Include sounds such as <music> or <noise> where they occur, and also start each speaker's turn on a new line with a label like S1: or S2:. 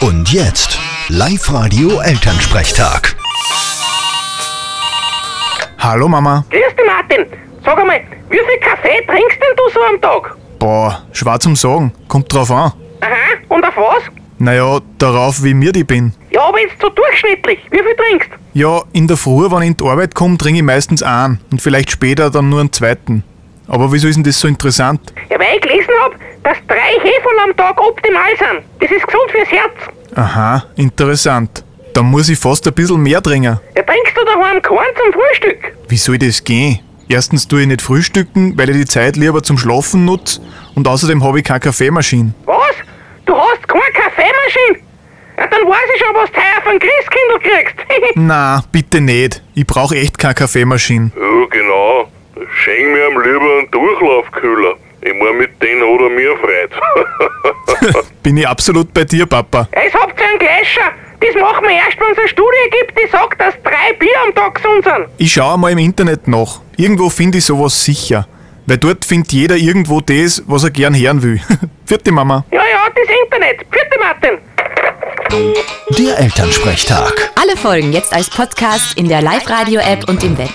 S1: Und jetzt, Live-Radio Elternsprechtag.
S2: Hallo Mama.
S3: Grüß dich, Martin. Sag einmal, wie viel Kaffee trinkst denn du so am Tag?
S2: Boah, schwer zum Sagen. Kommt drauf an.
S3: Aha, und auf was?
S2: Naja, darauf, wie mir die bin.
S3: Ja, aber jetzt so durchschnittlich. Wie viel trinkst?
S2: Ja, in der Früh, wenn ich in die Arbeit komme, trinke ich meistens einen und vielleicht später dann nur einen zweiten. Aber wieso ist denn das so interessant?
S3: Ja, weil ich gelesen habe, dass drei Hefen am Tag optimal sind. Das ist gesund fürs Herz.
S2: Aha, interessant. Dann muss ich fast ein bisschen mehr trinken.
S3: Ja, trinkst du daheim keinen zum Frühstück?
S2: Wie soll das gehen? Erstens tue ich nicht frühstücken, weil ich die Zeit lieber zum Schlafen nutze und außerdem habe ich keine Kaffeemaschine.
S3: Was? Du hast keine Kaffeemaschine? Ja, dann weiß ich schon, was du heuer von Christkindl kriegst. <laughs>
S2: Na, bitte nicht. Ich brauche echt keine Kaffeemaschine.
S4: Ja, genau. Schenk mir am lieber einen Durchlaufkühler. Ich mein, mit denen hat er mir <laughs> Freude.
S2: Bin ich absolut bei dir, Papa.
S3: ja, jetzt habt ihr einen Gläscher. Das machen wir erst, wenn es eine Studie gibt, die sagt, dass drei Bier am Tag gesund sind.
S2: Ich schaue mal im Internet nach. Irgendwo finde ich sowas sicher. Weil dort findet jeder irgendwo das, was er gern hören will. <laughs> Vierte Mama.
S3: Ja, ja, das Internet. Vierte Martin.
S1: Der Elternsprechtag.
S5: Alle Folgen jetzt als Podcast in der Live-Radio-App und im Web.